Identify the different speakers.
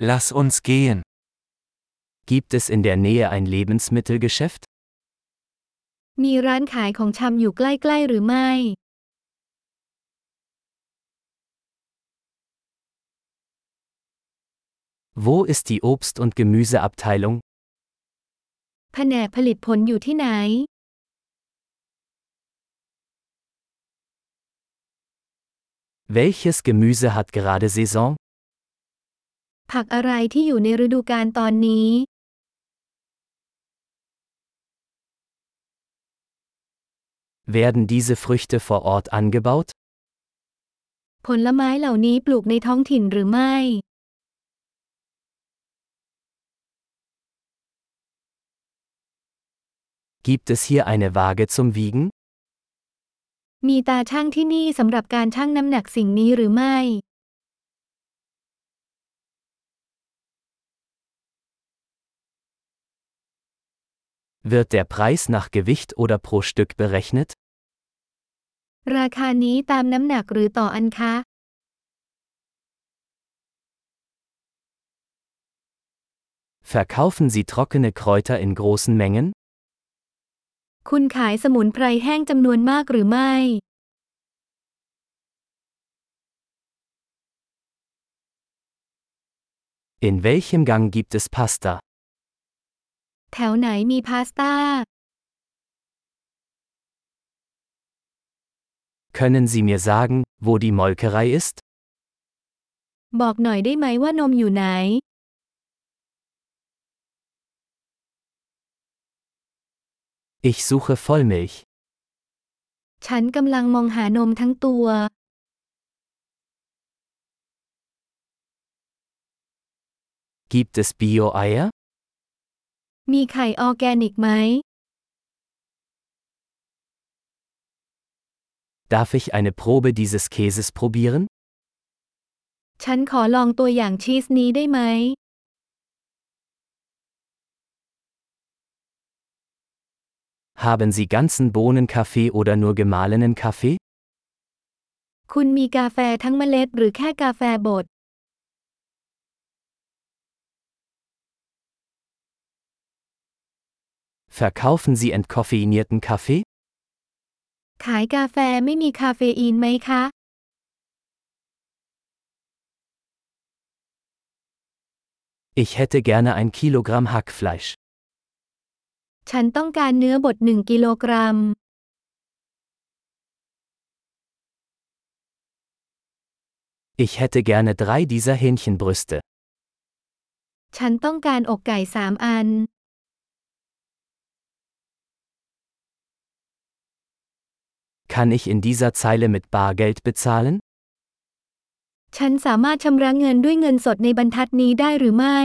Speaker 1: Lass uns gehen. Gibt es in der Nähe ein Lebensmittelgeschäft?
Speaker 2: มีร้านขายของชำอยู่ใกล้ ๆ หรือไม่
Speaker 1: Wo ist die Obst- und Gemüseabteilung?
Speaker 2: แผนกผลิตผลอยู่ที่ไหน
Speaker 1: Welches Gemüse hat gerade Saison?
Speaker 2: ผักอะไรที่อยู่ในฤดูกาลตอนนี้
Speaker 1: Werden diese Früchte vor Ort angebaut?
Speaker 2: ผลไม้เหล่านี้ปลูกในท้องถิ่นหรือไม่
Speaker 1: Gibt es hier eine Waage zum Wiegen?
Speaker 2: มีตาช่างที่นี่สำหรับการชั่งน้ำหนักสิ่งนี้หรือไม่
Speaker 1: Wird der Preis nach Gewicht oder pro Stück berechnet?
Speaker 2: ราคานี้ตามน้ำหนักหรือต่ออันคะ
Speaker 1: Verkaufen Sie trockene Kräuter in großen Mengen?
Speaker 2: คุณขายสมุนไพรแห้งจำนวนมากหรือไม่
Speaker 1: In welchem Gang gibt es Pasta?
Speaker 2: แถวไหนมีพาสต้า
Speaker 1: Können Sie mir sagen, wo die Molkerei ist?
Speaker 2: บอกหน่อยได้ไหมว่านมอยู่ไหน
Speaker 1: Ich suche Vollmilch.
Speaker 2: ฉันกำลังมองหานมทั้งตัว
Speaker 1: Gibt es Bio-Eier?
Speaker 2: มีไข่ออร์แกนิกไหม
Speaker 1: Darf ich eine Probe dieses Käses probieren?
Speaker 2: ฉันขอลองตัวอย่างชีสนี้ได้ไหม
Speaker 1: Haben Sie ganzen Bohnenkaffee oder nur gemahlenen Kaffee?
Speaker 2: คุณมีกาแฟทั้งเมล็ดหรือแค่กาแฟบด
Speaker 1: Verkaufen Sie entkoffeinierten Kaffee?
Speaker 2: ขายกาแฟไม่มีคาเฟอีนไหมคะ
Speaker 1: Ich hätte gerne ein Kilogramm Hackfleisch.
Speaker 2: ฉันต้องการเนื้อบด1กิโลกรัม
Speaker 1: Ich hätte gerne drei dieser Hähnchenbrüste.
Speaker 2: ฉันต้องการอกไก่สามอัน
Speaker 1: Kann ich in dieser Zeile mit Bargeld bezahlen?
Speaker 2: ฉันสามารถชำระเงินด้วยเงินสดในบรรทัดนี้ได้หรือไม่